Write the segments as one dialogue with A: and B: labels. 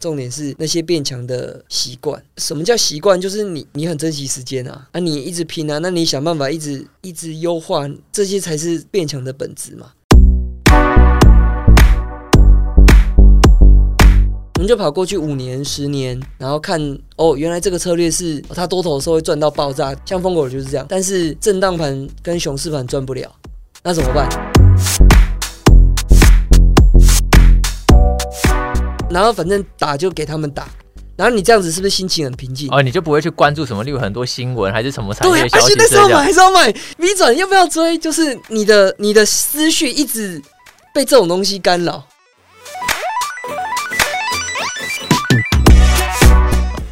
A: 重点是那些变强的习惯。什么叫习惯？就是你你很珍惜时间啊，啊，你一直拼啊，那你想办法一直一直优化，这些才是变强的本质嘛。我们就跑过去五年、十年，然后看哦，原来这个策略是、哦它多头的时候会赚到爆炸，像疯狗就是这样。但是震荡盘跟熊市盘赚不了，那怎么办？然后反正打就给他们打，然后你这样子是不是心情很平静？
B: 哦，你就不会去关注什么，例如很多新闻还是什么产
A: 对啊
B: 业，消
A: 而
B: 息
A: 且那
B: 之
A: 时候
B: 类
A: 买
B: 的。
A: 还是要买 V 转，要不要追？就是你的你的思绪一直被这种东西干扰。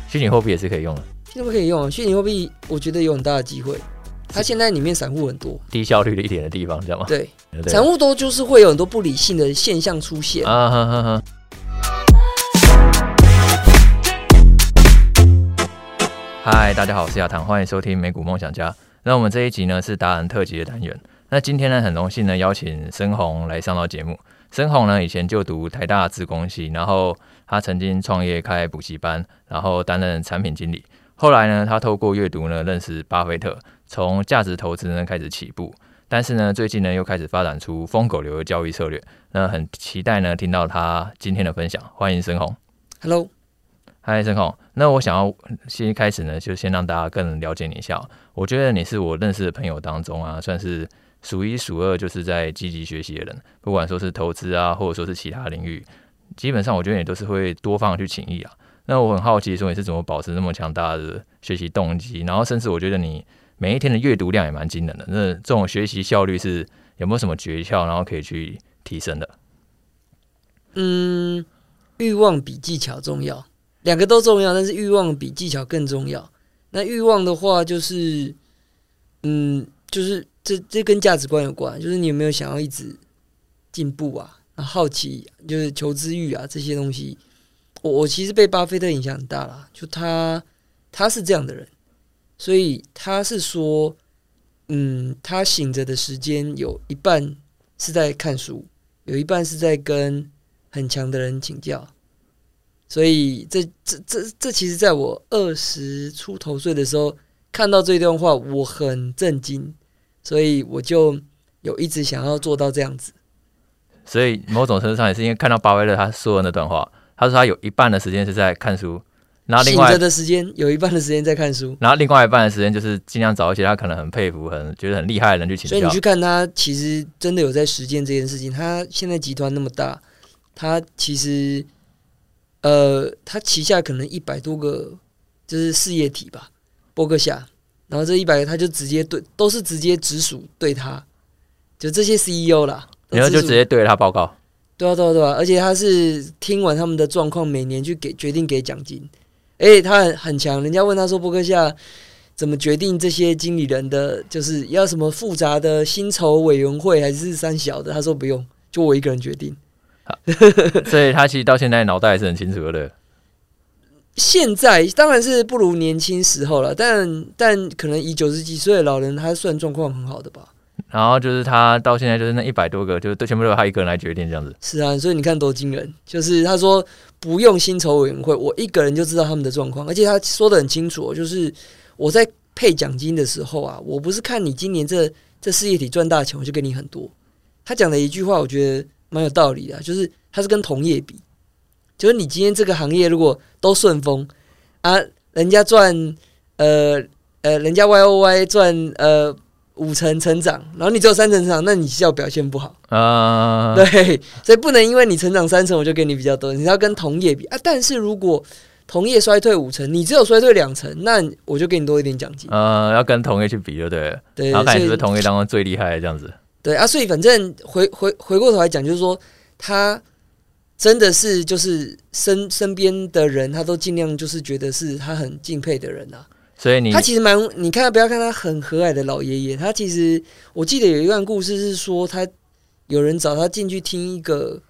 B: 虚拟货币也是可以用的，
A: 现在不可以用啊，虚拟货币，我觉得有很大的机会。它现在里面散户很多，
B: 低效率的一点的地方，知道吗？
A: 对，
B: 对
A: 散户多就是会有很多不理性的现象出现。
B: 啊哈哈哈。嗨，大家好，我是亚堂，欢迎收听美股梦想家。那我们这一集呢是达人特辑的单元。那今天呢很荣幸呢邀请申红来上到节目。申红呢以前就读台大自工系，然后他曾经创业开补习班，然后担任产品经理。后来呢，他透过阅读呢认识巴菲特，从价值投资呢开始起步。但是呢，最近呢又开始发展出疯狗流的交易策略，那很期待呢听到他今天的分享，欢迎申红。
A: Hello，
B: 嗨，申红。那我想要先一开始呢，就先让大家更了解你一下哦。我觉得你是我认识的朋友当中啊，算是数一数二，就是在积极学习的人，不管说是投资啊，或者说是其他领域，基本上我觉得你都是会多方地去请益啊。那我很好奇，说你是怎么保持那么强大的学习动机，然后甚至我觉得你每一天的阅读量也蛮惊人的。那这种学习效率是有没有什么诀窍，然后可以去提升的？
A: 嗯，欲望比技巧重要，两个都重要，但是欲望比技巧更重要。那欲望的话，就是，嗯，就是这这跟价值观有关，就是你有没有想要一直进步啊，然后好奇，就是求知欲啊这些东西。我我其实被巴菲特影响很大啦，就他他是这样的人，所以他是说，嗯，他醒着的时间有一半是在看书，有一半是在跟很强的人请教，所以这这这这其实在我二十出头岁的时候看到这段话，我很震惊，所以我就有一直想要做到这样子。
B: 所以某种程度上也是因为看到巴菲特他说的那段话，他说他有一半的时间是在看书，然后另
A: 醒
B: 外
A: 着的时间有一半的时间在看书，
B: 然后另外一半的时间就是尽量找一些他可能很佩服、很觉得很厉害的人去
A: 所
B: 请
A: 以
B: 教
A: 你去。看他，其实真的有在实践这件事情。他现在集团那么大，他其实呃，他旗下可能一百多个就是事业体吧，波克夏，然后这一百个他就直接对，都是直接直属对他，就这些 CEO 啦，都
B: 然后就
A: 属
B: 直接对着他报告，
A: 对啊，对啊，对啊，而且他是听完他们的状况，每年去给决定给奖金，而他很很强。人家问他说，伯克夏怎么决定这些经理人的，就是要什么复杂的薪酬委员会还是三小的？他说不用，就我一个人决定。
B: 所以他其实到现在脑袋还是很清楚的。
A: 现在当然是不如年轻时候了，但但可能以九十几岁的老人，他算状况很好的吧？
B: 然后就是他到现在就是那一百多个，就是都全部都由他一个人来决定这样 子。
A: 是啊，所以你看多惊人，就是他说不用薪酬委员会，我一个人就知道他们的状况，而且他说的很清楚哦，就是我在配奖金的时候啊，我不是看你今年这这事业体赚大钱，我就给你很多。他讲的一句话，我觉得蛮有道理的啊，就是他是跟同业比，就是你今天这个行业如果都顺风啊，人家赚呃呃，人家 Y O Y 赚呃五成成长，然后你只有三成成长，那你叫表现不好。
B: 呃，
A: 对，所以不能因为你成长三成，我就给你比较多，你要跟同业比啊。但是如果同业衰退五成，你只有衰退两成，那我就给你多一点奖金。
B: 呃，要跟同业去比就对了。
A: 对，
B: 然后看你是不
A: 所
B: 是
A: 以
B: 同业当中最厉害的这样子。
A: 对啊，所以反正回回回过头来讲，就是说他真的是就是身身边的人，他都尽量就是觉得是他很敬佩的人啊。
B: 所以你
A: 他其实蛮，你看，不要看他很和蔼的老爷爷，他其实我记得有一段故事是说，他有人找他进去听一个，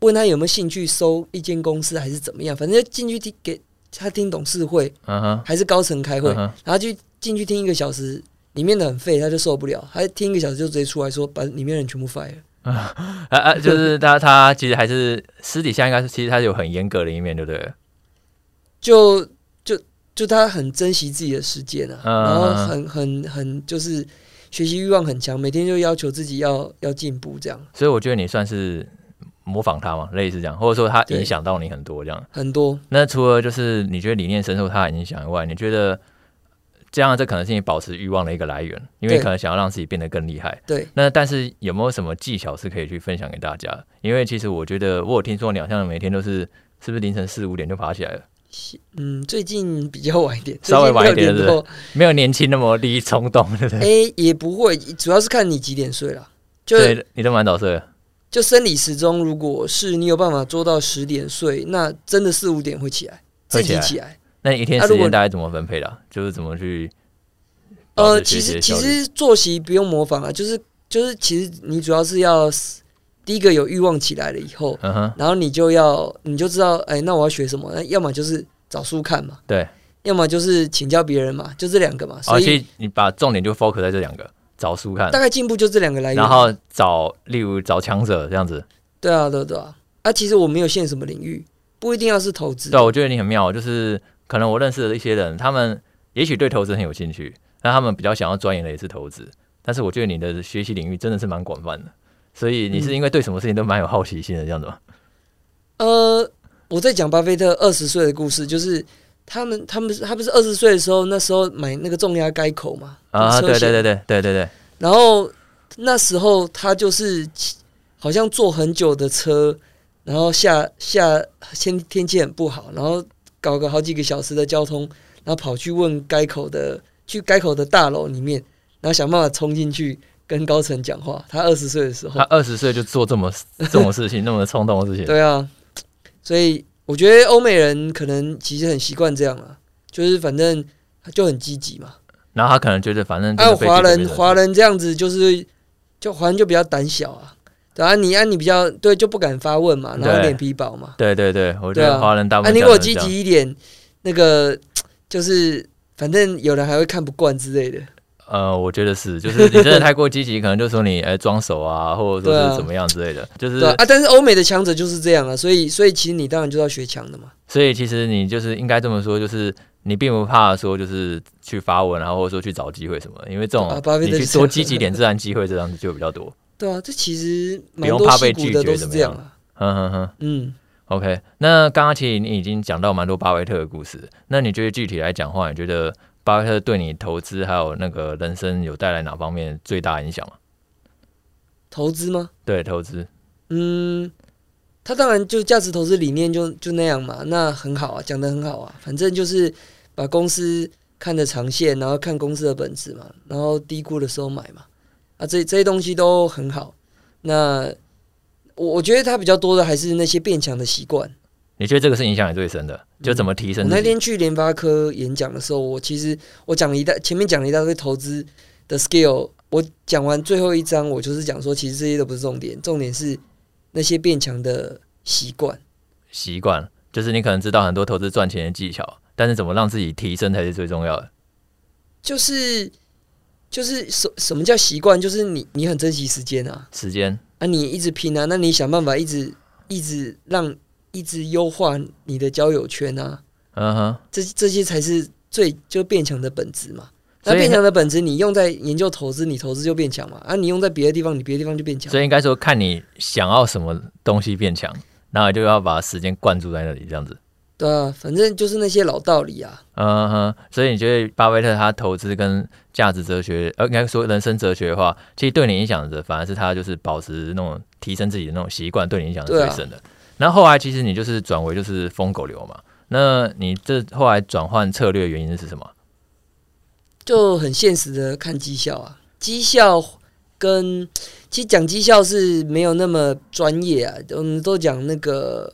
A: 问他有没有兴趣收一间公司还是怎么样，反正就进去听给他听董事会
B: 嗯哼，
A: 还是高层开会，
B: 嗯哼
A: 然后就进去听一个小时，里面的很废，他就受不了，他听一个小时就直接出来说把里面人全部 fire，
B: 啊啊，就是他他其实还是私底下应该是其实他有很严格的一面，对不对？
A: 就就就他很珍惜自己的时间啊，
B: 嗯
A: 然后很很很就是学习欲望很强，每天就要求自己要要进步，这样
B: 所以我觉得你算是模仿他嘛，类似这样，或者说他影响到你很多这样。
A: 很多
B: 那除了就是你觉得理念深受他的影响以外，你觉得这样这可能是你保持欲望的一个来源，因为
A: 对
B: 你可能想要让自己变得更厉害。
A: 对。
B: 那但是有没有什么技巧是可以去分享给大家？因为其实我觉得我有听说你好像每天都是是不是凌晨四五点就爬起来了，
A: 嗯，最近比较晚一点，
B: 稍微晚一点
A: 最近六
B: 对
A: 多。
B: 没有年轻那么利益冲动，对不对？
A: 哎、也不会，主要是看你几点睡啦。就
B: 对，你都蛮早睡的。
A: 就生理时钟，如果是你有办法做到十点睡，那真的四五点会起来，
B: 会
A: 自
B: 起
A: 己
B: 来
A: 起来。
B: 那你一天
A: 啊
B: 时
A: 如果
B: 间大概怎么分配的啊、就是怎么去保
A: 呃，
B: 持哦
A: 其
B: 学习的
A: 实
B: 效
A: 其
B: 率？
A: 实作息不用模仿啊，就是就是，其实你主要是要第一个有欲望起来了以后，
B: 嗯哼，
A: 然后你就要你就知道，哎、那我要学什么？那要么就是找书看嘛，
B: 对。
A: 要么就是请教别人嘛，就这两个嘛。所
B: 而
A: 以
B: 且哦你把重点就 focus 在这两个，找书看
A: 大，概进步就这两个来源。
B: 然后找例如找强者这样子。
A: 对啊，对啊对啊。啊，其实我没有限什么领域，不一定要是投资。
B: 对啊，我觉得你很妙，就是可能我认识的一些人，他们也许对投资很有兴趣，但他们比较想要钻研的也是投资。但是我觉得你的学习领域真的是蛮广泛的，所以你是因为对什么事情都蛮有好奇心的这样子吗？
A: 呃，我在讲巴菲特二十岁的故事，就是他们他们他不是二十岁的时候，那时候买那个重压该口嘛，
B: 啊，
A: 车
B: 对
A: 险
B: 对对对对对对，
A: 然后那时候他就是骑好像坐很久的车，然后下下天天气很不好，然后搞个好几个小时的交通，然后跑去问该口的去该口的大楼里面，然后想办法冲进去跟高层讲话。他二十岁的时候
B: 他，二十岁就做这么 这种事情，那么冲动的事情，
A: 对啊，所以我觉得欧美人可能其实很习惯这样啊，就是反正就很积极嘛。
B: 然后他可能觉得反正真
A: 还
B: 的
A: 有
B: 被
A: 啊华
B: 拒绝
A: 人，
B: 没什么
A: 华人这样子就是，就华人就比较胆小啊，对啊，你啊你比较对就不敢发问嘛，然后
B: 对
A: 脸皮薄嘛，
B: 对对对，我觉
A: 对
B: 得
A: 啊
B: 华人大部
A: 啊
B: 分
A: 你
B: 这
A: 如果
B: 样子
A: 积
B: 讲
A: 极一点，那个就是反正有人还会看不惯之类的，
B: 呃，我觉得是，就是你真的太过积极，可能就说你哎装熟啊，或者
A: 对
B: 说
A: 啊
B: 是怎么样之类的，就是
A: 对啊，啊但是欧美的强者就是这样啊，所以所以其实你当然就要学强的嘛，
B: 所以其实你就是应该这么说，就是你并不怕说就是去发文，然啊后或者说去找机会什么的，因为这种
A: 啊巴菲
B: 你
A: 特
B: 去
A: 是这
B: 多
A: 样
B: 积极点，自然机会这样子就比较多。
A: 对啊，这其实
B: 不
A: 蛮
B: 用
A: 多
B: 怕被
A: 戏骨
B: 拒
A: 的
B: 绝
A: 都是
B: 怎么
A: 这样
B: 样
A: 啊，
B: 哼哼哼
A: 嗯，
B: ，OK。那刚刚其实你已经讲到蛮多巴菲特的故事，那你觉得具体来讲的话，你觉得巴菲特对你投资还有那个人生有带来哪方面最大影响吗？
A: 投资吗？
B: 对，投资，
A: 嗯，他当然就价值投资理念就就那样嘛，那很好啊，讲的很好啊，反正就是把公司看的长线，然后看公司的本质嘛，然后低估的时候买嘛，啊，这这些东西都很好。那我我觉得他比较多的还是那些变强的习惯。
B: 你觉得这个是影响你最深的，就怎么提
A: 我
B: 升
A: 那
B: 自己？
A: 天去联发科演讲的时候，我其实我讲了一大前面讲了一大堆投资的 skill，我讲完最后一章，我就是讲说，其实这些都不是重点，重点是那些变强的习惯。
B: 习惯，就是你可能知道很多投资赚钱的技巧，但是怎么让自己提升才是最重要的。
A: 就是就是什什么叫习惯？就是你你很珍惜时间啊，
B: 时间，
A: 啊你一直拼啊，那你想办法一直一直让一直优化你的交友圈啊，
B: 嗯哼，
A: 这这些才是最就变强的本质嘛。那
B: 所以
A: 变强的本质，你用在研究投资，你投资就变强嘛；啊，你用在别的地方，你别的地方就变强。
B: 所以应该说看你想要什么东西变强，然后你就要把时间灌注在那里，这样子。
A: 对啊，反正就是那些老道理啊。
B: 嗯哼，所以你觉得巴菲特他投资跟价值哲学，呃，应该说人生哲学的话，其实对你影响的反而是他就是保持那种提升自己的那种习惯，对你影响是
A: 对
B: 最
A: 啊
B: 深的。然后后来其实你就是转为就是疯狗流嘛，那你这后来转换策略的原因是什么？
A: 就很现实的看绩效啊，绩效跟其实讲绩效是没有那么专业啊，我们都讲那个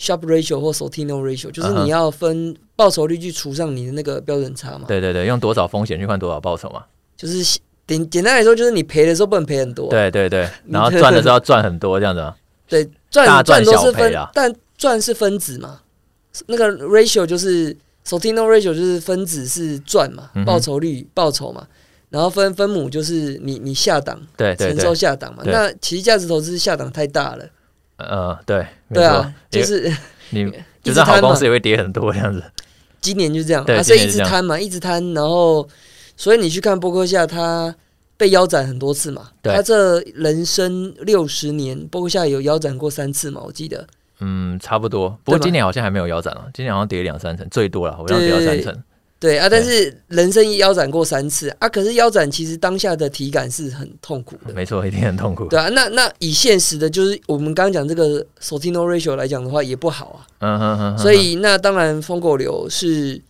A: sharp ratio 或 Sortino ratio，就是
B: 嗯哼
A: 你要分报酬率去除上你的那个标准差嘛，
B: 对对对，用多少风险去换多少报酬嘛。
A: 就是简简单来说，就是你赔的时候不能赔很多，
B: 对 对对，
A: 你
B: 然后
A: 这
B: 赚的时候要赚很多这样子嘛。啊
A: 对，
B: 大
A: 赚赚
B: 赚
A: 都是
B: 小赔
A: 分
B: 啊，
A: 但赚是分子嘛，那个 ratio 就是 Sortino ratio 就是分子是赚嘛
B: 嗯哼，
A: 报酬率报酬嘛。然后分分母就是你你下档
B: 对对
A: 承受
B: 对，
A: 下档嘛。
B: 对
A: 那其实价值投资下档太大了，
B: 呃，对，没
A: 对
B: 错
A: 啊，，就是
B: 你就
A: 直
B: 算好
A: 摊
B: 公
A: 嘛
B: 司也会跌很多这 样子。
A: 今年就这样，
B: 对
A: 啊，所以
B: 今
A: 一
B: 年
A: 直
B: 是这样
A: 摊嘛，一直摊，然后所以你去看波克夏，他被腰斩很多次嘛，
B: 对
A: 他这人生六十年，波克夏有腰斩过三次嘛，我记得，
B: 嗯，差不多。不过
A: 对吧
B: 今年好像还没有腰斩了，今年好像跌两三成，最多了，好像跌到三成。
A: 对啊，
B: 对
A: 但是人生腰斩过三次啊，可是腰斩其实当下的体感是很痛苦的，
B: 没错，一定很痛苦。
A: 对啊，那那以现实的，就是我们刚刚讲这个 Sortino ratio 来讲的话，也不好啊，
B: 嗯哼哼哼，
A: 所以那当然疯狗流是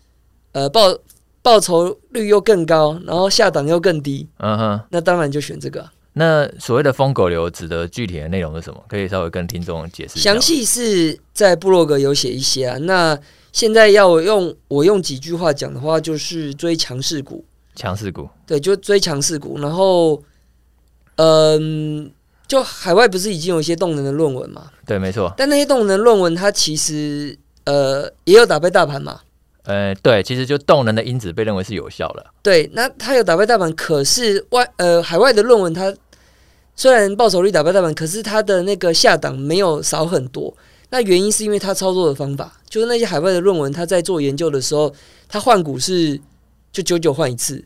A: 呃报。报酬率又更高，然后下档又更低，
B: 嗯哼，
A: 那当然就选这个啊、
B: 那所谓的疯狗流指的具体的内容是什么？可以稍微跟听众解释一下吗
A: 详。细是在部落格有写一些啊。那现在要我用我用几句话讲的话，就是追强势股，
B: 强势股，
A: 对，就追强势股。然后，嗯，就海外不是已经有一些动能的论文嘛？
B: 对，没错。
A: 但那些动能论文它其实呃也有打败大盘嘛。
B: 呃，对，其实就动能的因子被认为是有效了。
A: 对，那它有打败大盘，可是外呃海外的论文它虽然报酬率打败大盘，可是它的那个下档没有少很多。那原因是因为它操作的方法，就是那些海外的论文，它在做研究的时候，它换股是就久久换一次，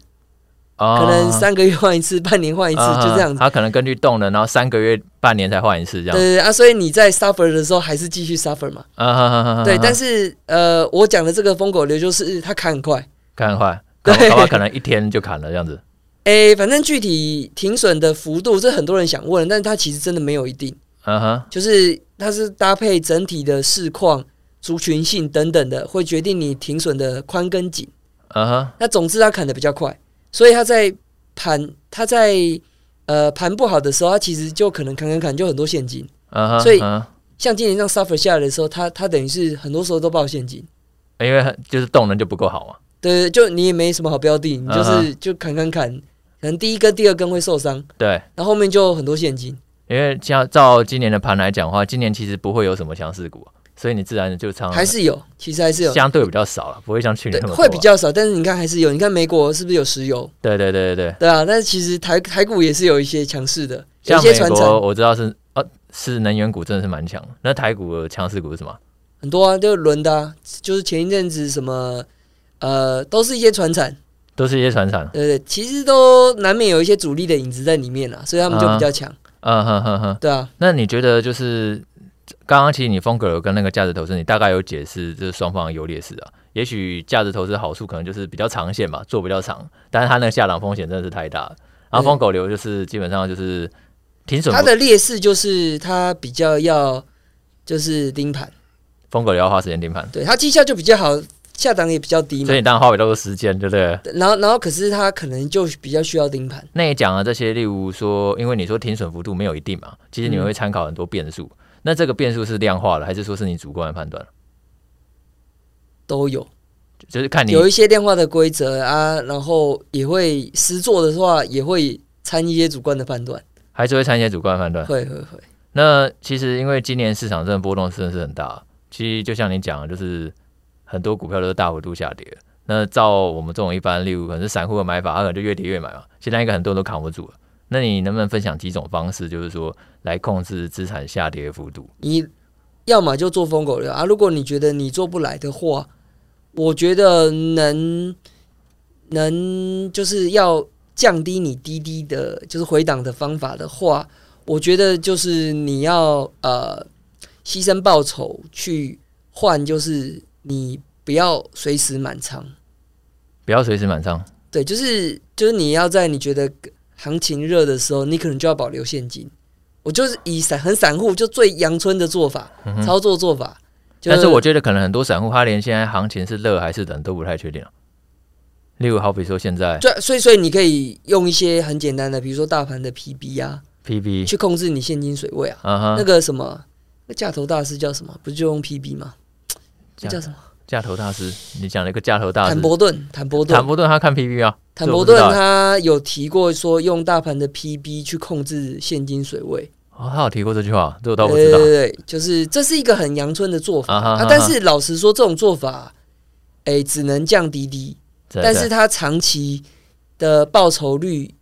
B: 啊
A: 可能三个月换一次，半年换一次，
B: 嗯
A: 就这样子。
B: 他可能根据动能，然后三个月、半年才换一次
A: 对
B: 这样。
A: 对对啊，所以你在 suffer 的时候还是继续 suffer 嘛？
B: 啊哈哈哈哈
A: 对，但
B: 是
A: 是呃，我讲的这个疯狗流就是它砍很快，
B: 看坏，搞
A: 对
B: 不好可能一天就砍了这样子。
A: 诶，反正具体停损的幅度，这很多人想问，但是它其实真的没有一定。
B: 嗯哼，
A: 就是它是搭配整体的市况、族群性等等的，会决定你停损的宽跟紧。
B: 嗯哼，
A: 那总之它砍得比较快，所以它在盘它在呃盘不好的时候，它其实就可能砍砍砍就很多现金。
B: 嗯哼，
A: 所以
B: 嗯哼
A: 像今年这样 suffer 下来的时候，它它等于是很多时候都爆现金。
B: 因为就是动能就不够好嘛。
A: 对，就你也没什么好标的，你就是、
B: 嗯
A: 就砍砍砍，可能第一根、第二根会受伤，
B: 对，
A: 然后后面就很多现金。
B: 因为像照今年的盘来讲的话，今年其实不会有什么强势股，所以你自然就常
A: 还是有，其实还是有，
B: 相对比较少了，不会像去
A: 对
B: 年那，么多啊
A: 会比。较少，但是你看还是有。你看美国是不是有石油？
B: 对对对对对，
A: 对啊，但是其实台台股也是有一些强势的，有一
B: 像
A: 些传
B: 美国
A: 产
B: 我知道是哦，是能源股真的是蛮强的。那台股的强势股是什么？
A: 很多啊，就是轮的、啊，就是前一阵子什么呃，都是一些传产，
B: 都是一些船厂。
A: 对不对？其实都难免有一些主力的影子在里面啦，啊所以他们就比较强，
B: 嗯哼哼哼。
A: 对啊。
B: 那你觉得就是刚刚其实你风格跟那个价值投资，你大概有解释这双方的优劣势啊？也许价值投资好处可能就是比较长线嘛，做比较长，但是它那个下档风险真的是太大了。然后
A: 对
B: 疯狗流就是基本上就是停损
A: 它
B: 不，
A: 的劣势就是它比较要就是盯盘，
B: 疯狗流要花时间盯盘，
A: 对它绩效就比较好，下档也比较低
B: 所
A: 嘛
B: 以。你当然花比较多时间，对不对？
A: 然后，然后可是它可能就比较需要盯盘，
B: 那你讲了这些，例如说，因为你说停损幅度没有一定嘛，其实你们
A: 嗯
B: 会参考很多变数。那这个变数是量化的，还是说是你主观的判断？
A: 都有
B: 就是看你
A: 有一些量化的规则啊，然后也会实做的话，也会参一些主观的判断。
B: 还是会参一些主观的判断。
A: 会会会，
B: 那其实因为今年市场真的波动真的是很大，其实就像你讲的，就是很多股票都是大幅度下跌。那照我们这种一般，例如可能是散户的买法，他可能就越跌越买嘛。现在应该很多人都扛不住了。那你能不能分享几种方式，就是说来控制资产下跌的幅度？
A: 你要么就做疯狗流啊。如果你觉得你做不来的话，我觉得能能就是要降低你滴滴的，就是回档的方法的话，我觉得就是你要呃牺牲报酬去换，就是你不要随时满仓。
B: 不要随时满仓。
A: 对，就是就是你要在你觉得行情热的时候，你可能就要保留现金。我就是以散很散户，就最阳春的做法，操作做法。就
B: 嗯但是我觉得可能很多散户他连现在行情是热还是冷都不太确定了。啊例如，好比说现在
A: 就所以所以你可以用一些很简单的，比如说大盘的 PB 啊，
B: PB，
A: 去控制你现金水位啊。
B: 嗯
A: 那
B: 哼，
A: 个什么，那架头大师叫什么？不是就用 PB 吗？那叫什么？
B: 架头大师，你讲了一个架头大师
A: 坦，伯顿，坦伯顿
B: 坦，伯顿他看 PB 啊，
A: 坦
B: 这
A: 伯
B: 我不知
A: 顿
B: 道欸
A: 他有提过说用大盘的 PB 去控制现金水位。
B: 哦，他有提过这句话，这我倒不
A: 对
B: 知道。
A: 对对，就是这是一个很阳春的做法
B: 啊哈
A: 啊
B: 哈哈
A: 但是老实说，这种做法，哎、只能降低低，
B: 对
A: 但
B: 对
A: 是它长期的报酬率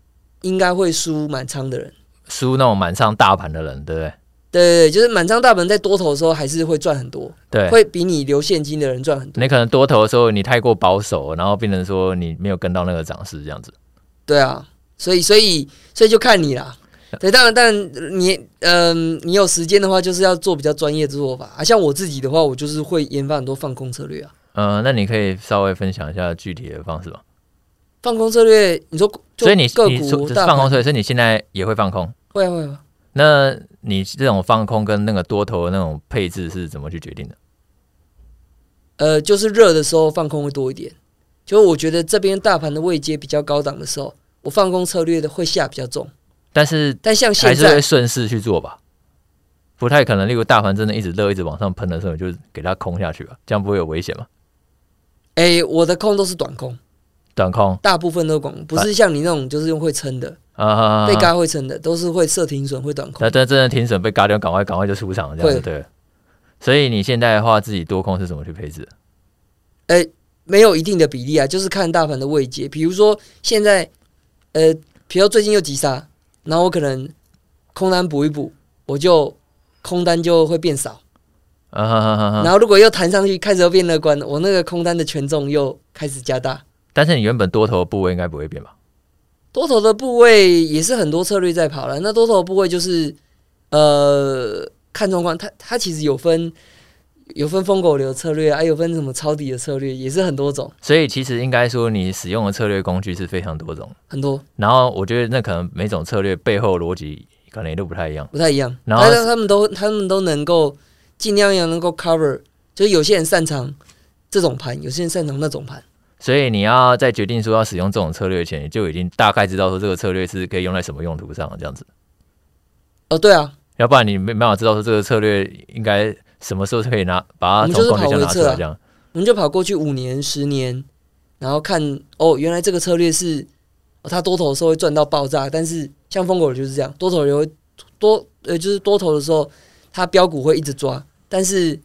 A: 应该会输满仓的人。
B: 输那种满上大盘的人，对不对？
A: 对对对，就是满仓大本在多头的时候还是会赚很多，
B: 对，
A: 会比你留现金的人赚很多。
B: 你可能多头的时候你太过保守，然后变成说你没有跟到那个涨势这样子。
A: 对啊，所以所以所以就看你啦。对，当然，当然你嗯、你有时间的话，就是要做比较专业的做法啊。像我自己的话，我就是会研发很多放空策略啊。
B: 呃，那你可以稍微分享一下具体的方式吗？
A: 放空策略，你说就
B: 所以你
A: 个
B: 你说
A: 股
B: 就是
A: 大
B: 放空，
A: 盘
B: 所以所以你现在也会放空。
A: 会啊会啊。
B: 那你这种放空跟那个多头的那种配置是怎么去决定的？
A: 呃，就是热的时候放空会多一点，就是我觉得这边大盘的位阶比较高档的时候，我放空策略的会下比较重。
B: 但是
A: 但像
B: 还
A: 现
B: 是会
A: 在，
B: 顺势去做吧，不太可能。例如大盘真的一直热，一直往上喷的时候，你就给它空下去吧，这样不会有危险吗？
A: 哎、我的空都是短空，
B: 短空
A: 大部分都是短空，不是像你那种就是用会撑的，
B: 啊，
A: 被嘎会撑的，都是会设停损会短空
B: 那。真真的停损被嘎掉，赶快赶快就出场这样子对。所以你现在的话，自己多空是怎么去配置？
A: 没有一定的比例啊，就是看大盘的位阶。比如说现在，呃，比如说最近又急杀，然后我可能空单补一补，我就空单就会变少。
B: 啊哈哈哈哈！
A: 然后如果又弹上去，开始又变乐观，我那个空单的权重又开始加大。
B: 但是你原本多头的部位应该不会变吧？
A: 多头的部位也是很多策略在跑了。那多头的部位就是呃看状况，它它其实有分有分疯狗流策略啊，有分什么抄底的策略，也是很多种，
B: 所以其实应该说，你使用的策略工具是非常多种。
A: 很多
B: 然后我觉得那可能每种策略背后逻辑可能也都不太一样。
A: 不太一样。
B: 然后
A: 但是他们都他们都能够尽量要能够 cover，就是有些人擅长这种盘，有些人擅长那种盘。
B: 所以你要在决定说要使用这种策略前，你就已经大概知道说这个策略是可以用在什么用途上这样子。
A: 哦，对啊，
B: 要不然你没办法知道说这个策略应该什么时候可以拿
A: 我
B: 把它
A: 们
B: 从
A: 就是
B: 工具
A: 跑
B: 箱拿
A: 回
B: 出
A: 撤
B: 来
A: 啊
B: 这样。
A: 我们就跑过去五年、十年，然后看哦，原来这个策略是、哦、它多头的时候会赚到爆炸，但是像疯狗就是这样，多头也会多呃，就是多头的时候，它标股会一直抓，但是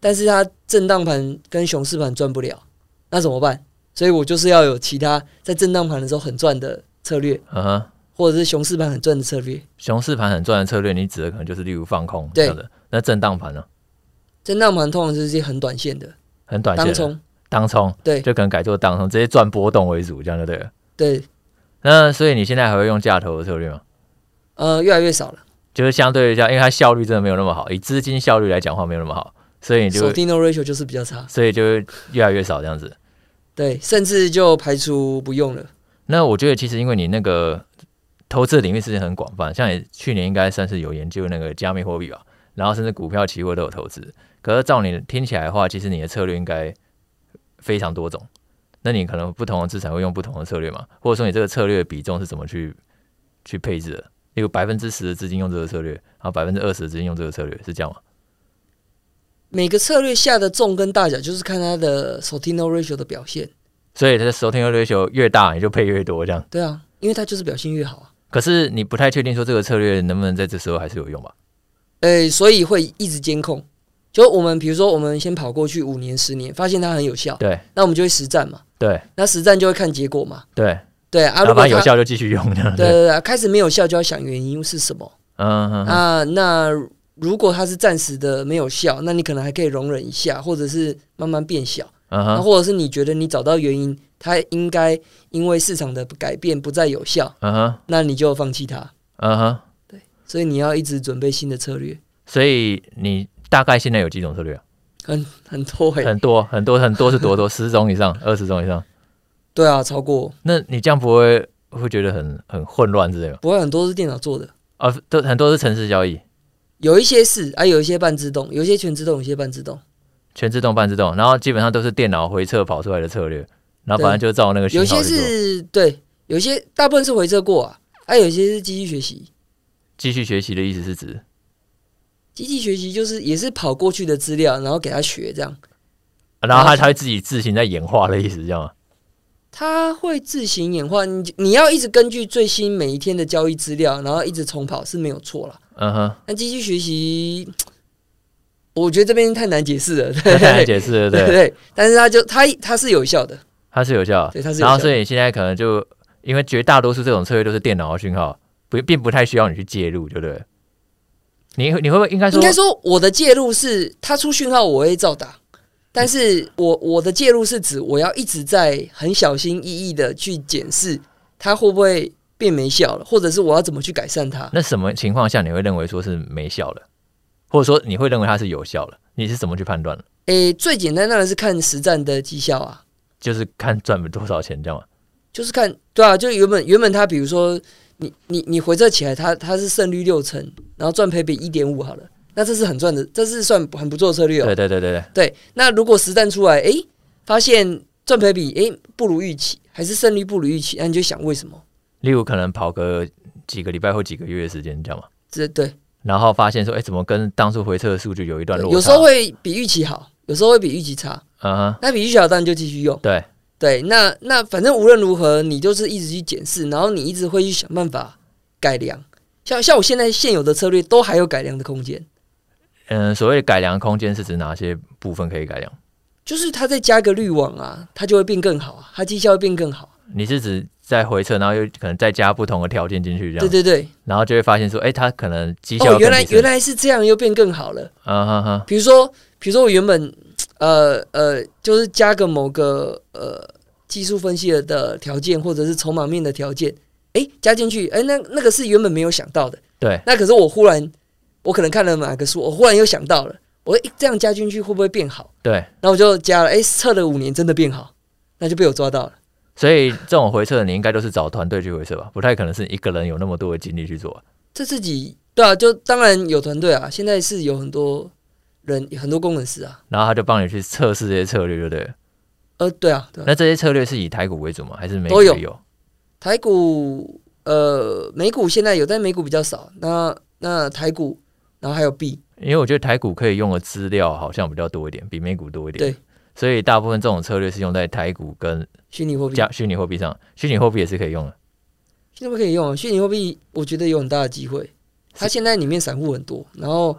A: 但是它震荡盘跟熊市盘赚不了，那怎么办？所以我就是要有其他在震荡盘的时候很赚的策略，
B: 嗯哼。
A: 或者是熊市盘很赚的策略。
B: 熊市盘很赚的策略，你指的可能就是例如放空这
A: 对
B: 样的。那震荡盘呢，
A: 震荡盘通常就是一些很短线的
B: 很短线
A: 当
B: 的
A: 冲，
B: 当冲，
A: 对
B: 就可能改做当冲，直接赚波动为主，这样就对了。
A: 对，
B: 那所以你现在还会用价投的策略吗？这
A: 呃，越来越少了
B: 就是相对于下，因为它效率真的没有那么好，以资金效率来讲话没有那么好，所以你就
A: ，Sortino ratio 就是比较差。
B: 所以就会越来越少这样子。
A: 对，甚至就排除不用了。
B: 那我觉得其实因为你那个投资的领域是很广泛，像你去年应该算是有研究那个加密货币吧，然后甚至股票、期货都有投资。可是照你听起来的话，其实你的策略应该非常多种。那你可能不同的资产会用不同的策略嘛，或者说你这个策略的比重是怎么去去配置的？例如百分之十的资金用这个策略，然后百分之二十的资金用这个策略，是这样吗？
A: 每个策略下的重跟大小，就是看它的 Sortino ratio 的表现。
B: 所以它的收听 ratio 越大，你就配越多这样。
A: 对啊，因为它就是表现越好啊。
B: 可是你不太确定说这个策略能不能在这时候还是有用吧？
A: 呃，所以会一直监控。就我们比如说，我们先跑过去五年、十年，发现它很有效，
B: 对
A: 那我们就会实战嘛。
B: 对
A: 那实战就会看结果嘛。
B: 对，
A: 对啊，
B: 哪
A: 如果
B: 怕
A: 它
B: 有，效就继续用这样。
A: 对对对啊，开始没有效就要想原因是什么
B: 嗯，嗯嗯
A: 啊。那如果它是暂时的没有效，那你可能还可以容忍一下，或者是慢慢变小。
B: 嗯
A: 那
B: 哼，
A: 或者是你觉得你找到原因，它应该因为市场的改变不再有效，
B: 嗯哼，
A: 那你就放弃它。
B: 嗯哼。
A: 所以你要一直准备新的策略，
B: 所以你大概现在有几种策略啊？
A: 很很多欸
B: 很多很多很多是多多 十种以上，二十种以上。
A: 对啊，超过
B: 那你这样不会会觉得很很混乱之类吗？
A: 不会很多是电脑做的，
B: 啊，都很多是城市交易，
A: 有一些是啊，有一些半自动，有一些全自动，有一些半自动，
B: 全自动、半自动，然后基本上都是电脑回测跑出来的策略，然后反正就照那个
A: 有
B: 讯
A: 一些
B: 号去做。
A: 是对，有一些大部分是回测过啊，啊，有一些是机器学习。
B: 继续学习的意思是指
A: 机器学习就是也是跑过去的资料，然后给他学这样，
B: 啊然后它
A: 了解
B: 它会自己自行在演化的意思，这样吗？
A: 它会自行演化。你你要一直根据最新每一天的交易资料，然后一直重跑是没有错啦。
B: 嗯哼，
A: 那机器学习，我觉得这边太难解释了，
B: 那太难解释了，
A: 对
B: 对
A: 对。但是它就它它是有效的，
B: 它是有效的。
A: 对它是有
B: 然后
A: 效
B: 所以现在可能就因为绝大多数这种策略都是电脑的讯号，不并不太需要你去介入，对不对？你你会不会应该说
A: 应该说我的介入是他出讯号我会照打，但是我我的介入是指我要一直在很小心翼翼的去检视它会不会变没效了，或者是我要怎么去改善它。
B: 那什么情况下你会认为说是没效了，或者说你会认为它是有效了？你是怎么去判断的？
A: 诶、最简单当然是看实战的绩效啊。
B: 就是看赚了多少钱这样嘛？
A: 就是看对啊，就原本原本他比如说你你你回撤起来，他他是胜率六成，然后赚赔比一点五好了，那这是很赚的，这是算很不错的策略哦。
B: 对对对对对，
A: 对那如果实战出来，诶，发现赚赔比诶不如预期，还是胜率不如预期，那你就想为什么？
B: 例如可能跑个几个礼拜或几个月的时间这样嘛，
A: 这对，
B: 然后发现说，哎，怎么跟当初回测的数据有一段落差？
A: 有时候会比预期好，有时候会比预期差。
B: 嗯哼，
A: 那比预期好，当然就继续用。
B: 对，
A: 对，那那反正无论如何，你就是一直去检视，然后你一直会去想办法改良。像像我现在现有的策略都还有改良的空间。
B: 嗯，所谓改良空间是指哪些部分可以改良？
A: 就是它再加个滤网啊，它就会变更好啊，它绩效会变更好。
B: 你是指在回测，然后又可能再加不同的条件进去这样，
A: 对对对，
B: 然后就会发现说，哎，它可能绩效
A: 哦，原
B: 更
A: 来
B: 提升
A: 原，来是这样，又变更好了。
B: 嗯哼哼，
A: 比如说，比如说我原本呃呃，就是加个某个呃技术分析的条件，或者是筹码面的条件，诶，加进去，诶，那那个是原本没有想到的。
B: 对，
A: 那可是我忽然，我可能看了哪个书，我忽然又想到了，我诶这样加进去会不会变好？
B: 对，
A: 然后我就加了，诶，测了五年真的变好，那就被我抓到了。
B: 所以这种回测你应该都是找团队去回测吧，不太可能是一个人有那么多的精力去做。
A: 这自己对啊，就当然有团队啊，现在是有很多人，很多工程师啊，
B: 然后他就帮你去测试这些策略，对不对了？
A: 呃，对啊，对啊，
B: 那这些策略是以台股为主吗？还是美股
A: 都有
B: 也有？
A: 台股呃，美股现在有，但美股比较少，那那台股，然后还有币，
B: 因为我觉得台股可以用的资料好像比较多一点，比美股多一点。
A: 对，
B: 所以大部分这种策略是用在台股跟
A: 虚拟货币，
B: 加虚拟货币上，虚拟货币也是可以用的。
A: 现在不可以用啊，虚拟货币我觉得有很大的机会，它现在里面散户很多，然后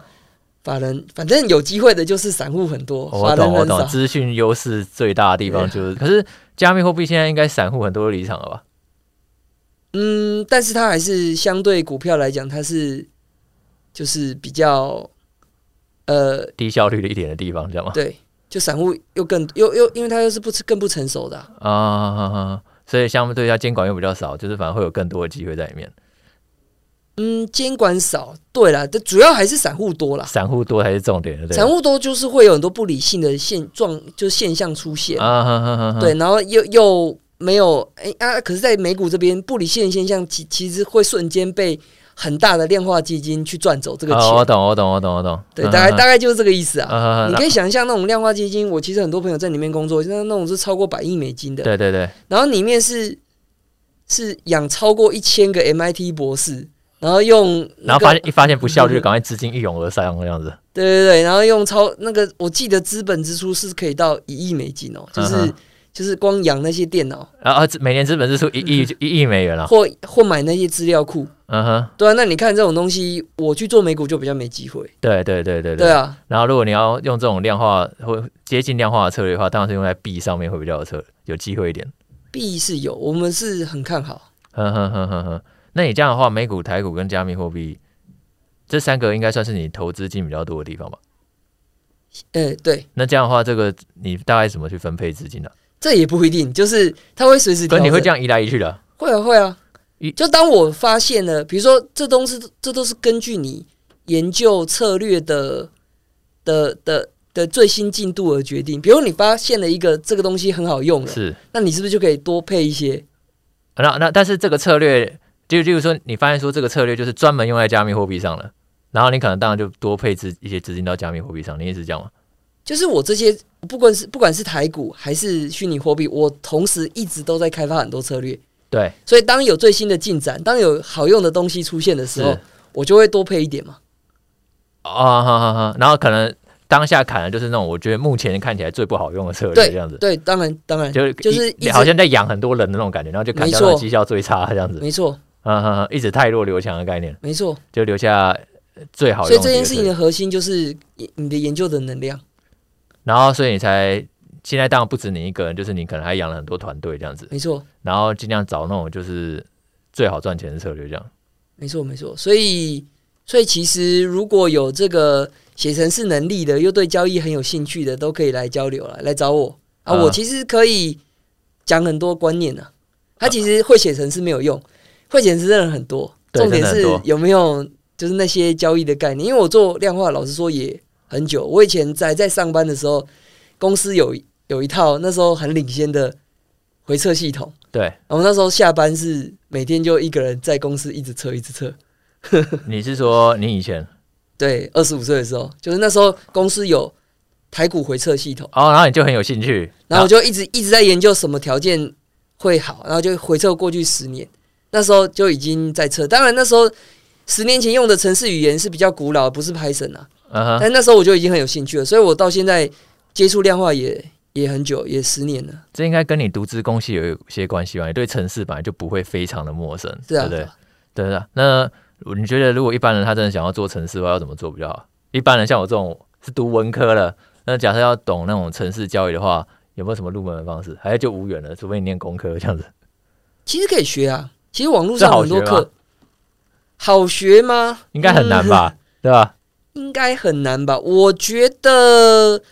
A: 法人反正有机会的就是散户很多，
B: 哦
A: 法
B: 我
A: 人
B: 懂，我
A: 很
B: 懂，
A: 少，
B: 资讯优势最大的地方就是，可是加密货币现在应该散户很多都离场了吧？
A: 嗯，但是它还是相对股票来讲，它是就是比较呃
B: 低效率的一点的地方，知道吗？
A: 对，就散户又更又又，因为他又是不更不成熟的啊、
B: 啊、所以相对它监管又比较少，就是反而会有更多的机会在里面。
A: 嗯，监管少，对啦，这主要还是散户多啦。
B: 散户多才是重点，对不
A: 啊
B: 对？啊
A: 散户多就是会有很多不理性的现状，就现象出现，
B: 啊，哈哈哈哈
A: 对，然后又又没有哎、啊，可是，在美股这边不理性的现象其其实会瞬间被很大的量化基金去赚走这个钱，
B: 哦，我懂，我懂，我懂，我懂。
A: 对，大概
B: 嗯
A: 大概就是这个意思啊。
B: 嗯嗯嗯
A: 你
B: 嗯
A: 可以想象那种量化基金，我其实很多朋友在里面工作，那那种是超过百亿美金的，
B: 对对对，
A: 然后里面是是养超过一千个 MIT 博士，然后用、那
B: 然后
A: 个
B: 发现一发现不效率，就赶快资金一涌而上这样子。
A: 对对对，然后用超那个我记得资本支出是可以到一亿美金哦，就是、
B: 嗯哼
A: 就是光养那些电脑
B: 然后每年啊资本支出一亿一亿美元了，
A: 或或买那些资料库，
B: 嗯哼，
A: 对啊，那你看这种东西，我去做美股就比较没机会，
B: 对对对对
A: 对。啊，
B: 然后如果你要用这种量化或接近量化的策略的话，当然是用在币上面会比较有策有机会一点。
A: 币是有，我们是很看好，
B: 哼哼哼哼哼，那你这样的话，美股、台股跟加密货币这三个应该算是你投资金比较多的地方吧？
A: 哎，对，
B: 那这样的话，这个你大概怎么去分配资金呢、
A: 这也不一定，就是它会随时调
B: 可是
A: 整，
B: 你会这样一来一去的，
A: 会啊，会啊
B: 一。
A: 就当我发现了，比如说这东西，这都是根据你研究策略的的的的最新进度而决定。比如你发现了一个这个东西很好用了，
B: 是？
A: 那你是不是就可以多配一些？
B: 那那但是这个策略，就例如说，你发现说这个策略就是专门用在加密货币上了，然后你可能当然就多配置一些资金到加密货币上，你也是这样吗？
A: 就是我这些，不管是不管是台股还是虚拟货币，我同时一直都在开发很多策略。
B: 对，
A: 所以当有最新的进展，当有好用的东西出现的时候
B: 是，
A: 我就会多配一点嘛。
B: 啊哈哈哈，然后可能当下砍的就是那种我觉得目前看起来最不好用的策略，
A: 对
B: 这样子，
A: 对，当然当然，
B: 就
A: 就是一
B: 一
A: 直
B: 好像在养很多人的那种感觉，然后就砍掉
A: 没错
B: 那绩效最差这样子，
A: 没错
B: 啊哈哈，一直汰弱留强的概念，
A: 没错。
B: 就留下最好用
A: 所以
B: 的
A: 这件事
B: 几个策
A: 情
B: 略
A: 的核心就是你你的研究的能量。
B: 然后所以你才现在当然不止你一个人，就是你可能还养了很多团队这样子，
A: 没错，
B: 然后尽量找那种就是最好赚钱的策略这样。
A: 没错，没错。所以，所以其实如果有这个写程式能力的，又对交易很有兴趣的，都可以来交流了，来找我啊。
B: 啊
A: 我其实可以讲很多观念啊。他其实会写程式没有用，会写程式的人很多，
B: 对
A: 重点
B: 真的很
A: 是
B: 多
A: 有没有就是那些交易的概念。因为我做量化，老实说也很久。我以前在在上班的时候，公司有有一套那时候很领先的回测系统。
B: 对，
A: 我那时候下班是每天就一个人在公司一直测一直测，
B: 你是说你以前
A: 对，二十五岁的时候，就是那时候公司有台股回测系统，
B: 哦，然后你就很有兴趣，
A: 然后我就一直一直在研究什么条件会好，然后就回测过去十年，那时候就已经在测。当然那时候十年前用的程式语言是比较古老，不是 Python 啊，
B: 嗯哼，
A: 但那时候我就已经很有兴趣了，所以我到现在接触量化也也很久，也十年了。
B: 这应该跟你读资工系有一些关系吧？你对城市本来就不会非常的陌生，
A: 是啊
B: 对不对？对啊。那你觉得如果一般人他真的想要做城市的话，要怎么做比较好？一般人像我这种是读文科的，那假设要懂那种城市交易的话，有没有什么入门的方式？还是就无缘了？除非你念工科这样子。
A: 其实可以学啊，其实网络
B: 这
A: 上
B: 好
A: 很多
B: 学吗
A: 课好学吗？
B: 应该很难
A: 嗯
B: 吧？对吧？
A: 应该很难吧？我觉得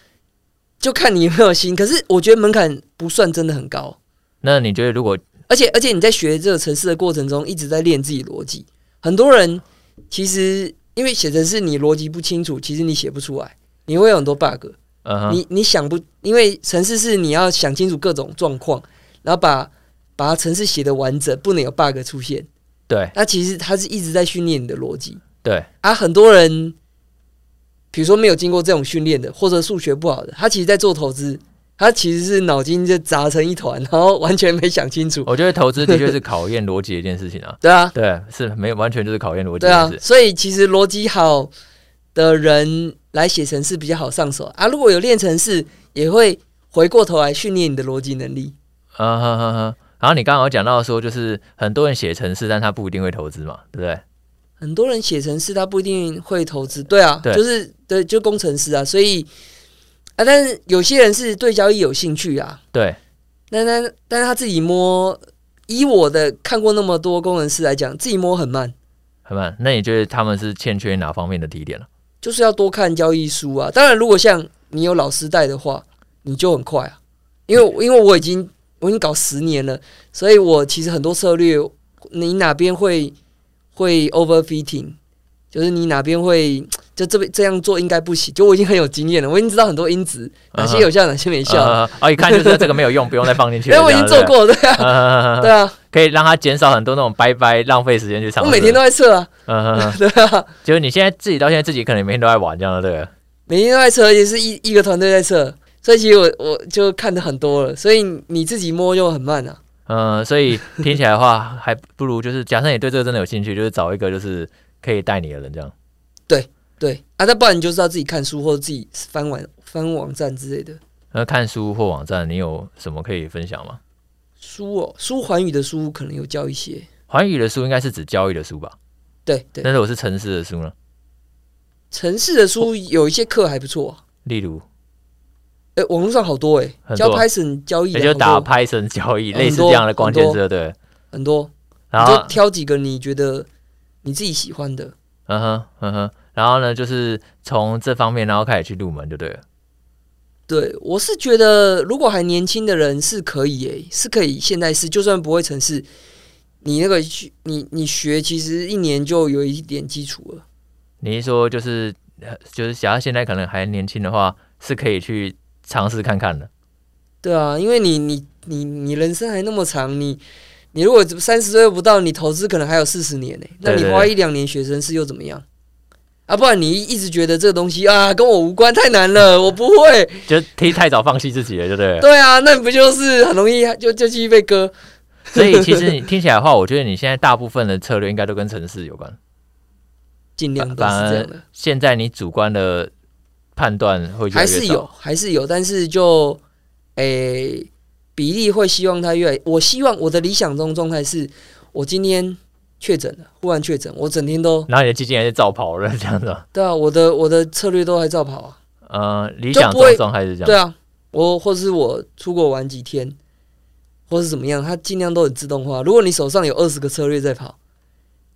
A: 就看你有没有心，可是我觉得门槛不算真的很高，
B: 那你觉得如果
A: 而且而且你在学这个城市的过程中一直在练自己逻辑。很多人其实因为写程式你逻辑不清楚，其实你写不出来，你会有很多 bug，、
B: 嗯哼，
A: 你你想不，因为程式是你要想清楚各种状况，然后把把程式写的完整，不能有 bug 出现。
B: 对
A: 那其实它是一直在训练你的逻辑。
B: 对
A: 啊，很多人，比如说没有经过这种训练的，或者数学不好的，他其实在做投资，他其实是脑筋就砸成一团，然后完全没想清楚。
B: 我觉得投资的确是考验逻辑的一件事情啊。
A: 对啊，
B: 对，是没有完全就是考验逻辑
A: 对
B: 的
A: 啊
B: 事，。
A: 所以其实逻辑好的人来写程式比较好上手啊。如果有练程式，也会回过头来训练你的逻辑能力。
B: 嗯哼哼哼。然后你刚刚有讲到说，就是很多人写程式，但他不一定会投资嘛，对不对？
A: 很多人写程式，他不一定会投资，对啊，
B: 对
A: 就是对，就工程师啊，所以啊，但是有些人是对交易有兴趣啊，
B: 对，
A: 但但但是他自己摸，以我的看过那么多工程师来讲，自己摸很慢，
B: 很慢。那你觉得他们是欠缺哪方面的提点了、
A: 就是要多看交易书啊。当然，如果像你有老师带的话，你就很快啊，因为因为我已经我已经搞十年了，所以我其实很多策略，你哪边会会 overfitting，就是你哪边会就这边这样做应该不行，就我已经很有经验了，我已经知道很多因子，哪些有效，哪些没效，
B: 啊、啊一看就知道这个没有用，不用再放进 去
A: 因
B: 了。
A: 为我已经做过，对
B: 这
A: 啊，
B: 样。对不对嗯哼哼哼
A: 对啊，
B: 可以让他减少很多那种白白浪费时间去尝
A: 我
B: 试。
A: 每天都在测啊，
B: 嗯哼 哼，
A: 对啊。
B: 就是你现在自己到现在自己可能每天都在玩这样的，对不对？
A: 每天都在测，也是一一个团队在测，所以其实我我就看的很多了，所以你自己摸就很慢啊。
B: 嗯，所以听起来的话，还不如就是，假设你对这个真的有兴趣，就是找一个就是可以带你的人这样。
A: 对啊，那不然你就是要自己看书或者自己翻网翻网站之类的
B: 那呃看书或网站，你有什么可以分享吗？
A: 书哦，书环宇的书可能有教一些，
B: 环宇的书应该是指交易的书吧？
A: 对对，
B: 但是我是城市的书呢，
A: 城市的书有一些课还不错、啊，
B: 例如
A: 哎、网络上好多哎、
B: 很多
A: 教 Python 交易
B: 也
A: 的
B: 就打
A: 好多
B: Python 交
A: 很
B: 易，
A: 多
B: 类似这样的关键字，对。
A: 很多，
B: 然
A: 你就
B: 后，
A: 挑几个你觉得你自己喜欢的，
B: 嗯哼，嗯哼，然后呢，就是从这方面，然后开始去入门就对了。
A: 对，我是觉得如果还年轻的人是可以诶、是可以现代式，就算不会程式，你那个去你你学，其实一年就有一点基础了。
B: 你一说就是呃就是，假如现在可能还年轻的话，是可以去尝试看看的。
A: 对啊，因为你你你你人生还那么长，你你如果三十岁不到，你投资可能还有四十年呢、那
B: 对
A: 你
B: 对
A: 花
B: 对
A: 一两年学生是又怎么样？啊，不然你一直觉得这个东西啊跟我无关，太难了，我不会。
B: 就太太早放弃自己了，对不对了？
A: 对啊，那你不就是很容易就就继续被割？
B: 所以其实你听起来的话，我觉得你现在大部分的策略应该都跟城市有关。
A: 尽量都是
B: 反
A: 这样
B: 而
A: 的。
B: 现在你主观的判断会越来
A: 还
B: 越
A: 是
B: 少
A: 有，还是有，但是就诶、比例会希望它越来。我希望我的理想中状态是，我今天确诊了，忽然确诊，我整天都
B: 然后你的基金还是照跑了这样子。
A: 对啊，我的我的策略都还照跑啊，
B: 呃，理想
A: 就不会
B: 中状态是这样。
A: 对啊，我或是我出国玩几天，或是怎么样，它尽量都很自动化。如果你手上有二十个策略在跑，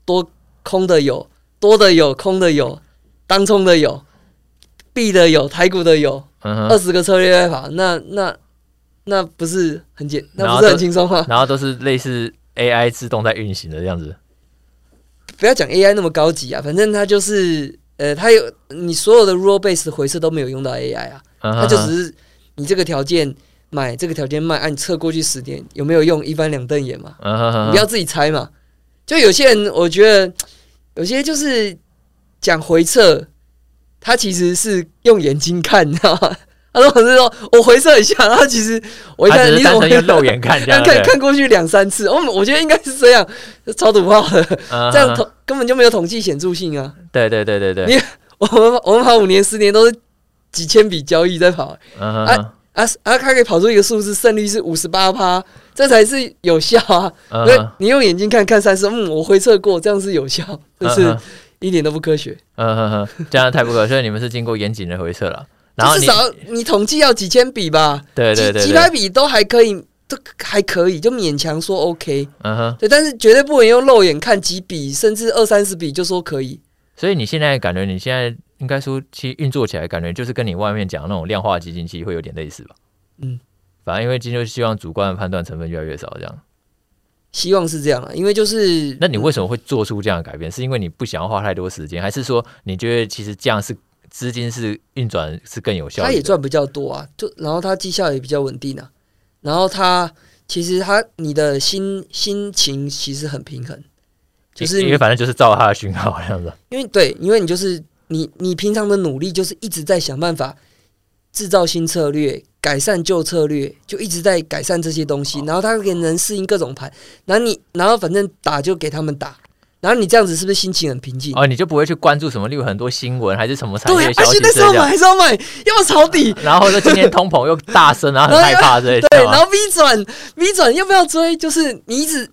A: 多空的有，多的有，空的有，当冲的有，币的有，台股的有，二
B: 嗯哼，
A: 十个策略在跑，那那那不是很简，
B: 然
A: 那
B: 后
A: 不是
B: 都
A: 很轻松吗？
B: 然后都是类似 AI 自动在运行的这样子。
A: 不要讲 AI 那么高级啊，反正它就是呃，它有你所有的 rule base 回测都没有用到 AI 啊，
B: 嗯哼，
A: 它就只是你这个条件买，这个条件卖，啊按、你测过去十年有没有用，一翻两瞪眼嘛，
B: 嗯哼
A: 你
B: 哼
A: 不要自己猜嘛。就有些人，我觉得有些就是讲回测，他其实是用眼睛看，你知道吗？ 他说：“我是说我回测一下，然后其实我一
B: 他
A: 看
B: 只
A: 你
B: 是
A: 怎
B: 单
A: 么
B: 纯
A: 会
B: 用肉眼看这样
A: 看
B: 对
A: 看看过去两三次，我我觉得应该是这样，超土炮的。”
B: 嗯哼
A: 这样统根本就没有统计显著性啊！
B: 对对对对对，
A: 你我们我们跑五年十年都是几千笔交易在跑
B: 嗯哼
A: 啊啊啊，它可以跑出一个数字，胜率是五十八趴，这才是有效啊！
B: 嗯
A: 因为
B: 哼
A: 你用眼睛看看三十，嗯，我回测过，这样是有效，但
B: 嗯
A: 是
B: 哼
A: 一点都不科学。
B: 嗯哼哼，这样太不可，所以你们是经过严谨的回测了。然后
A: 就
B: 你
A: 至少你统计要几千笔吧，
B: 对对
A: 几
B: 对
A: 几
B: 对
A: 百，笔都还可以，都还可以，就勉强说 OK。
B: 嗯哼，
A: 对，但是绝对不能用肉眼看几笔，甚至二三十笔就说可以。
B: 所以你现在感觉你现在应该说，其实运作起来感觉就是跟你外面讲的那种量化基金其实会有点类似吧？
A: 嗯，
B: 反正因为今天就是希望主观的判断成分越来越少这样。
A: 希望是这样啊，因为就是
B: 那你为什么会做出这样的改变？是因为你不想要花太多时间，还是说你觉得其实这样是资金是运转是更有效率
A: 他
B: 的？
A: 也赚比较多啊，就然后他绩效也比较稳定啊，然后他其实他你的心心情其实很平衡，就是
B: 因
A: 你
B: 为反正就是照他的讯号这样子。
A: 因为对，因为你就是你你平常的努力就是一直在想办法制造新策略，改善旧策略，就一直在改善这些东
B: 哦
A: 西，然后他给能适应各种盘，然后你然后反正打就给他们打，然后你这样子是不是心情很平静？
B: 哦，你就不会去关注什么，例如很多新闻还是什么产
A: 嗯对
B: 业
A: 啊，
B: 消
A: 而
B: 息
A: 且
B: 之
A: 那
B: 类
A: 时候
B: 的
A: 买。还是要买，要么抄底，
B: 然后说今天通膨又大声，然后很害怕之类的，
A: 对，
B: 是吗
A: 然后 V 转 V 转要不要追？就是你一直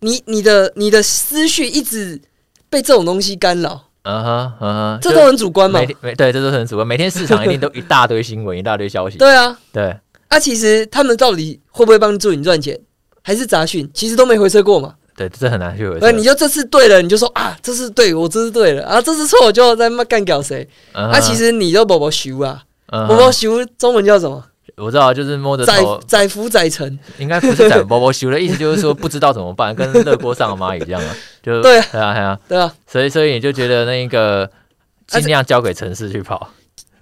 A: 你你的你的思绪一直被这种东西干扰，
B: 嗯哼嗯哼，
A: 这
B: 就
A: 都很主观嘛
B: 每。天每对，这都是很主观，每天市场一定都一大堆新闻，一大堆消息，
A: 对啊，
B: 对，
A: 啊，其实他们到底会不会帮助你赚钱，还是杂讯，其实都没回测过嘛。
B: 对，这很难去回
A: 那
B: 测。
A: 你就这次对了，你就说啊，这次对我这次对了啊，这次错我就在骂干掉谁。
B: 嗯哼
A: 啊，其实你就宝宝修啊，
B: 嗯
A: 宝
B: 哼
A: 宝修中文叫什么？
B: 我知道，就是摸着
A: 载
B: 头，
A: 载福载沉。
B: 应该不是在包包修的意思，就是说不知道怎 么办，跟热锅上的蚂蚁一样啊，就
A: 对啊
B: 对啊对啊，
A: 对啊，
B: 所以所以你就觉得那个
A: 啊
B: 尽量交给城市去跑，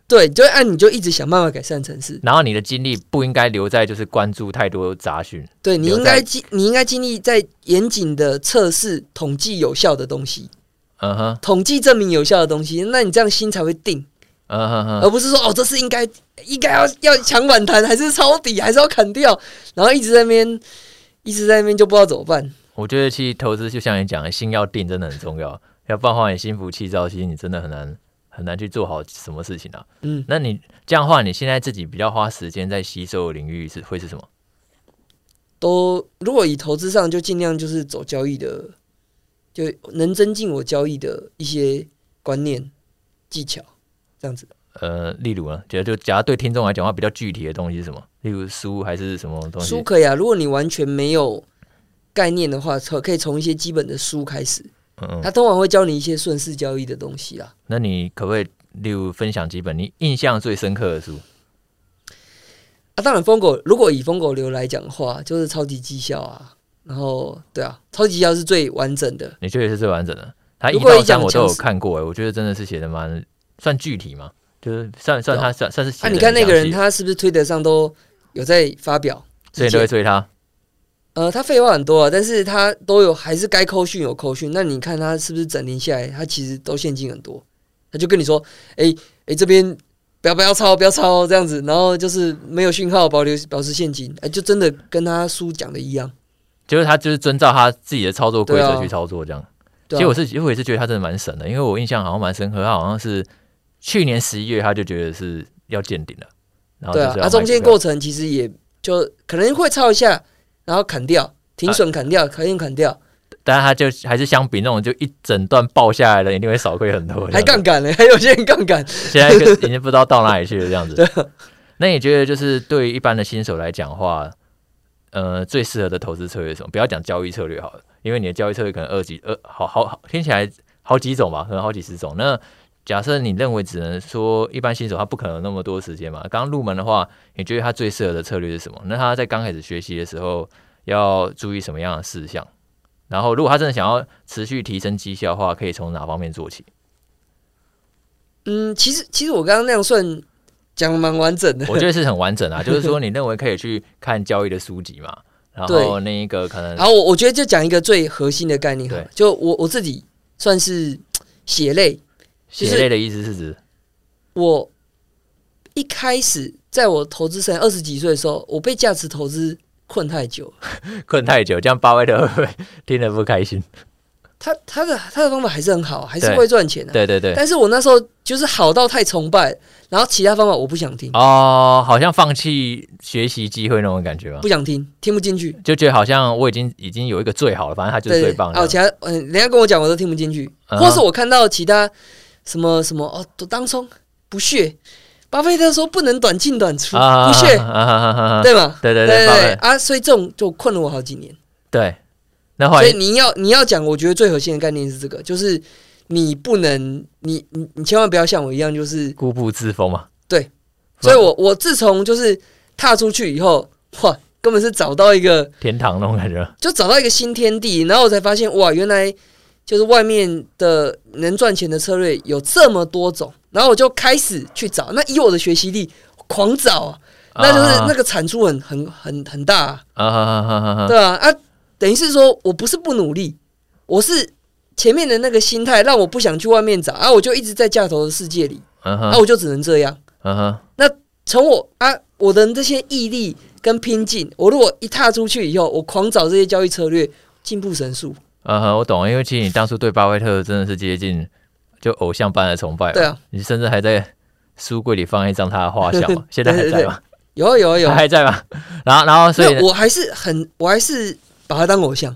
A: 对，就按、你就一直想办法改善城市。
B: 然后你的精力不应该留在就是关注太多杂讯，
A: 对你
B: 留
A: 应
B: 在
A: 该经你应该经历在严谨的测试、统计有效的东西，
B: 嗯哼
A: 统计证明有效的东西，那你这样心才会定，
B: 嗯哼哼，
A: 而不是说哦，这是应该应该要要抢反弹，还是抄底，还是要砍掉，然后一直在那边一直在那边就不知道怎么办。
B: 我觉得其实投资就像你讲的，心要定真的很重要，要不然的话你心浮气躁，其实你真的很难很难去做好什么事情啊。
A: 嗯，
B: 那你这样的话，你现在自己比较花时间在吸收的领域是会是什么？
A: 都如果以投资上，就尽量就是走交易的，就能增进我交易的一些观念技巧，这样子。
B: 呃，例如呢，觉得就假如对听众来讲的话，比较具体的东西是什么？例如书还是什么东西
A: 书？可以啊，如果你完全没有概念的话，可可以从一些基本的书开始。
B: 嗯嗯，
A: 他通常会教你一些顺势交易的东西啦。
B: 那你可不可以例如分享几本你印象最深刻的书？
A: 啊，当然疯狗，如果以疯狗流来讲的话，就是超级绩效啊，然后对啊，超级绩效是最完整的。
B: 你觉得是最完整的？它一
A: 如果
B: 到
A: 一讲
B: 三我都有
A: 强势
B: 看过、欸，我觉得真的是写的蛮算具体嘛，就是算算
A: 有
B: 他算算是写
A: 啊，
B: 得
A: 你看
B: 很
A: 那个
B: 详
A: 人，
B: 细
A: 他是不是推特上都有在发表
B: 所
A: 意
B: 以你都会
A: 见？
B: 追他。
A: 呃，他废话很多啊，但是他都有还是该扣讯有扣讯。那你看他是不是整理下来，他其实都现金很多，他就跟你说，哎、哎、这边不要不要抄不要抄这样子，然后就是没有讯号保留保持现金，哎、就真的跟他书讲的一样。
B: 就是他就是遵照他自己的操作规
A: 对
B: 则
A: 啊
B: 去操作这样。
A: 对啊
B: 其实我是其实我也是觉得他真的蛮神的，因为我印象好像蛮深刻，他好像是去年十一月他就觉得是要见顶了，然后
A: 对
B: 就是
A: 啊那、
B: 要，卖
A: 中间
B: 股票
A: 过程其实也就可能会抄一下，然后砍掉，
B: 啊
A: 停损砍掉，可以砍掉，
B: 但是他就还是相比那种就一整段爆下来的，一定会少亏很多这样 子，
A: 还杠杆呢，还有些人杠杆，
B: 现在跟已经不知道到哪里去了这样子。那你觉得就是对于一般的新手来讲的话，呃，最适合的投资策略是什么？不要讲交易策略好了，因为你的交易策略可能二级二好好好听起来好几种吧，可能好几十种。那假设你认为只能说一般新手他不可能有那么多时间嘛，刚入门的话，你觉得他最适合的策略是什么？那他在刚开始学习的时候要注意什么样的事项？然后，如果他真的想要持续提升绩效的话，可以从哪方面做起？
A: 嗯，其实其实我刚刚那样算讲的蛮完整 的。
B: 我觉得是很完整啊，就是说你认为可以去看交易的书籍嘛，然后
A: 对
B: 那一个可能
A: 然后我我觉得就讲一个最核心的概念好了
B: 对
A: 就我我自己算是血泪，
B: 血泪的意思是指
A: 我一开始在我投资生涯二十几岁的时候，我被价值投资困太久了。
B: 困太久，这样八位的会不会听得不开心？
A: 他他的他的方法还是很好，还是
B: 对
A: 会赚钱啊的、
B: 对对对，
A: 但是我那时候就是好到太崇拜，然后其他方法我不想听，
B: 哦，好像放弃学习机会那种感觉吗
A: 不？想听，听不进去。
B: 就觉得好像我已经已经有一个最好了，反正他就是最棒
A: 哦，
B: 的。
A: 其他嗯，人家跟我讲我都听不进去，
B: 嗯
A: 或是我看到其他什么什么哦，当冲不屑，巴菲特说不能短进短出，不屑，
B: 啊啊啊啊啊
A: 对吗？
B: 对对
A: 对
B: 对，八
A: 对
B: 位
A: 啊，所以这种就困了我好几年。
B: 对。那后
A: 所
B: 来
A: 以你要你要讲，我觉得最核心的概念是这个，就是你不能，你你你千万不要像我一样，就是
B: 固步自封嘛，
A: 所以我我自从就是踏出去以后，哇，根本是找到一个
B: 天堂那种感觉。
A: 就找到一个新天地，然后我才发现哇，原来就是外面的能赚钱的策略有这么多种，然后我就开始去找。那以我的学习力，狂找啊，那就是那个产出很很很很大、啊，
B: 啊啊啊啊啊啊！
A: 对啊，啊，等于是说我不是不努力，我是。前面的那个心态让我不想去外面找啊，我就一直在架头的世界里，
B: 嗯
A: 啊，
B: 哼，
A: 我就只能这样。
B: 嗯哼，
A: 从我啊我的这些毅力跟拼劲，我如果一踏出去以后，我狂找这些交易策略，进步神速。
B: 嗯哼，我懂，因为其实你当初对巴菲特真的是接近就偶像般的崇拜，
A: 对，啊，
B: 你甚至还在书柜里放一张他的画像 嘛，现在还在吗？
A: 有啊有啊有
B: 他
A: 啊，
B: 还在吗？ 然后，然后，所以
A: 那我还是很，我还是把他当偶像，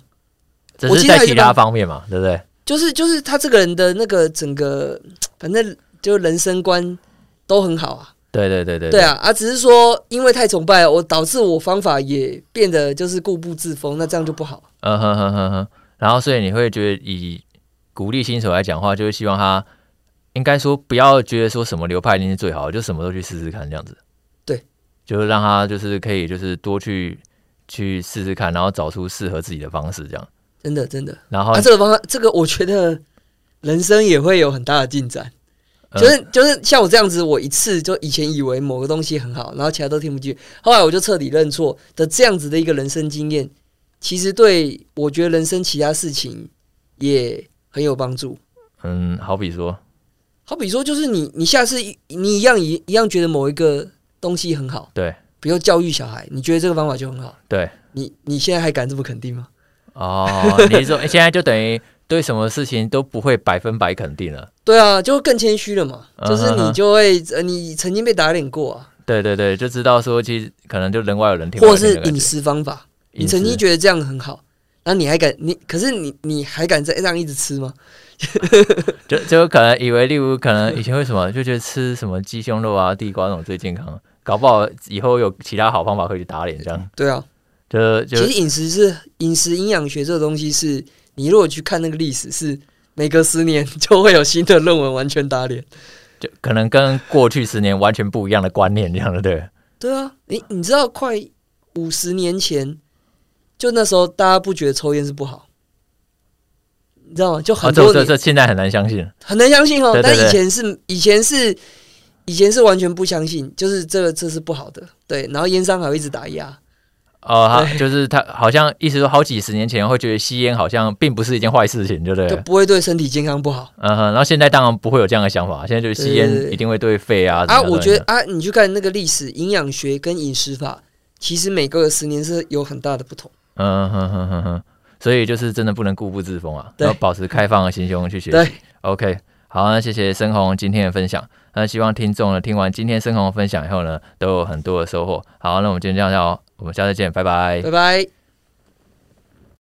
B: 只
A: 我
B: 是
A: 记得
B: 在
A: 还是
B: 其他
A: 帮
B: 方面嘛，对不对？
A: 就是就是他这个人的那个整个，反正就人生观都很好啊。
B: 对对对对
A: 对，啊，啊，只是说因为太崇拜了，我导致我方法也变得就是固步自封，那这样就不好。
B: 嗯哼哼哼哼。然后，所以你会觉得以鼓励新手来讲话，就是希望他应该说不要觉得说什么流派一定是最好的，就什么都去试试看这样子。
A: 对，
B: 就是让他就是可以就是多去去试试看，然后找出适合自己的方式这样。
A: 真的真的，
B: 然后
A: 啊，这个方法，这个我觉得人生也会有很大的进展。
B: 嗯
A: 就是就是像我这样子，我一次就以前以为某个东西很好，然后其他都听不进去，后来我就彻底认错的这样子的一个人生经验，其实对我觉得人生其他事情也很有帮助。
B: 嗯，好比说，
A: 好比说，就是你你下次一你一样一一样觉得某一个东西很好，
B: 对
A: 比如教育小孩，你觉得这个方法就很好，
B: 对，
A: 你你现在还敢这么肯定吗？
B: 哦，你是说欸现在就等于对什么事情都不会百分百肯定了？
A: 对啊，就更谦虚了嘛，
B: 嗯
A: 就是
B: 哼
A: 你
B: 哼
A: 就会呃你曾经被打脸过啊，
B: 对对对，就知道说其实可能就人外有人，天外
A: 或
B: 有
A: 者
B: 天
A: 是
B: 的
A: 饮
B: 感觉。
A: 食方法，你
B: 饮
A: 曾经
B: 食
A: 觉得这样很好，然后你还敢你，可是你你还敢再这样一直吃吗？
B: 就就可能以为，例如可能以前为什么就觉得吃什么鸡胸肉啊、地瓜那种最健康，搞不好以后有其他好方法可以去打脸，这样
A: 对啊，
B: 就就
A: 其实饮食是饮食营养学这个东西是，你如果去看那个历史是。每隔十年就会有新的论文完全打脸，
B: 就可能跟过去十年完全不一样的观念，这样的对。
A: 对啊，你你知道快五十年前，就那时候大家不觉得抽烟是不好，你知道吗？就
B: 啊，
A: 很
B: 这
A: 多
B: 这
A: 年、
B: 这现在很难相信。
A: 很难相信哦，
B: 对对对
A: 但以前是以前是以前是完全不相信，就是这个这是不好的，对，然后烟商还会一直打压，
B: 哦，他
A: 对
B: 就是他，好像意思说好几十年前会觉得吸烟好像并不是一件坏事情，对不对
A: 就
B: 了？
A: 不会对身体健康不好
B: 嗯哼，然后现在当然不会有这样的想法，现在就是吸
A: 对对
B: 烟
A: 对
B: 一定会对肺啊怎
A: 啊。
B: 么样
A: 我觉
B: 怎么
A: 得
B: 样
A: 啊，你去看那个历史营养学跟饮食法，其实每个十年是有很大的不同。
B: 嗯哼哼哼哼，所以就是真的不能固步自封啊，
A: 对
B: 要保持开放的心胸去学习
A: 对。
B: OK，好，那谢谢深红今天的分享。那希望听众呢听完今天深红的分享以后呢，都有很多的收获。好，那我们今天这样哦，我们下次见，拜拜
A: 拜拜。